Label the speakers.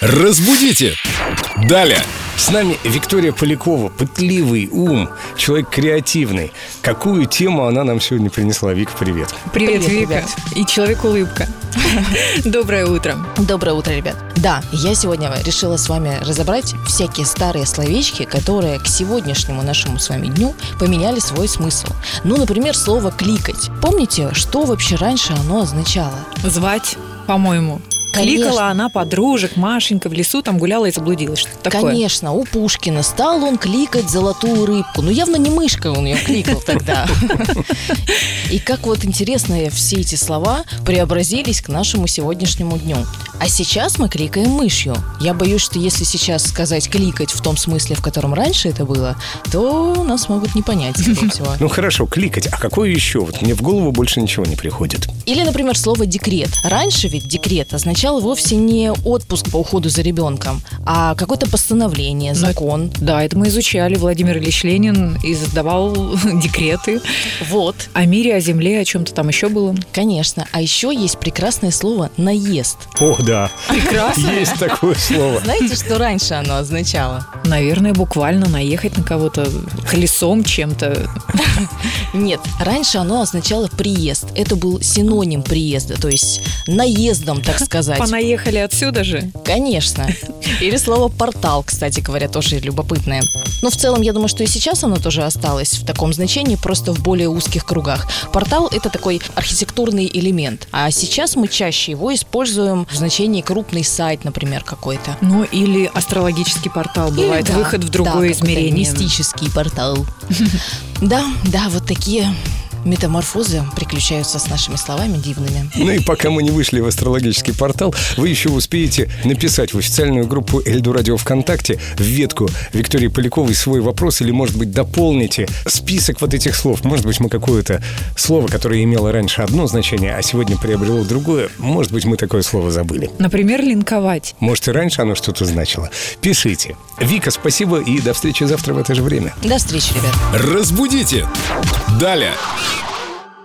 Speaker 1: Разбудите! Далее!
Speaker 2: С нами Виктория Полякова, пытливый ум, человек креативный. Какую тему она нам сегодня принесла? Вик, привет.
Speaker 3: Привет,
Speaker 4: Привет,
Speaker 3: Вика.
Speaker 4: ребят.
Speaker 3: И человек улыбка. Доброе утро.
Speaker 4: Доброе утро, ребят. Да, я сегодня решила с вами разобрать всякие старые словечки, которые к сегодняшнему нашему с вами дню поменяли свой смысл. Ну, например, слово «кликать». Помните, что вообще раньше оно означало?
Speaker 3: Звать, по-моему.
Speaker 4: Конечно.
Speaker 3: Кликала она подружек, Машенька в лесу там гуляла и заблудилась. Что-то такое.
Speaker 4: Конечно, у Пушкина стал он кликать золотую рыбку. Ну, явно не мышкой он ее кликал тогда. И как вот интересно все эти слова преобразились к нашему сегодняшнему дню. А сейчас мы кликаем мышью. Я боюсь, что если сейчас сказать «кликать» в том смысле, в котором раньше это было, то нас могут не понять, скорее всего.
Speaker 2: Ну хорошо, кликать. А какое еще? Вот мне в голову больше ничего не приходит.
Speaker 4: Или, например, слово «декрет». Раньше ведь «декрет» означал вовсе не отпуск по уходу за ребенком, а какое-то постановление,
Speaker 3: Но-
Speaker 4: закон.
Speaker 3: Да, это мы изучали. Владимир Ильич Ленин издавал декреты
Speaker 4: Вот.
Speaker 3: о мире, о земле, о чем-то там еще было.
Speaker 4: Конечно. А еще есть прекрасное слово «наезд».
Speaker 2: О, да.
Speaker 3: Прекрасно.
Speaker 2: Есть такое слово.
Speaker 4: Знаете, что раньше оно означало?
Speaker 3: Наверное, буквально наехать на кого-то колесом чем-то.
Speaker 4: Нет, раньше оно означало «приезд». Это был синоним приезда, то есть наездом, так сказать.
Speaker 3: Понаехали отсюда же.
Speaker 4: Конечно. Или слово «портал», кстати говоря, тоже любопытное. Но в целом, я думаю, что и сейчас оно тоже осталось в таком значении, просто в более узких кругах. Портал – это такой архитектурный элемент. А сейчас мы чаще его используем в значении крупный сайт, например, какой-то.
Speaker 3: Ну, или астрологический портал бывает.
Speaker 4: Или, да,
Speaker 3: Выход в
Speaker 4: да,
Speaker 3: другое
Speaker 4: какой-то
Speaker 3: измерение.
Speaker 4: Мистический портал. Да, да, вот такие метаморфозы приключаются с нашими словами дивными.
Speaker 2: Ну и пока мы не вышли в астрологический портал, вы еще успеете написать в официальную группу Эльду Радио ВКонтакте в ветку Виктории Поляковой свой вопрос или, может быть, дополните список вот этих слов. Может быть, мы какое-то слово, которое имело раньше одно значение, а сегодня приобрело другое. Может быть, мы такое слово забыли.
Speaker 3: Например, линковать.
Speaker 2: Может, и раньше оно что-то значило. Пишите. Вика, спасибо и до встречи завтра в это же время.
Speaker 4: До встречи, ребят.
Speaker 1: Разбудите! Далее!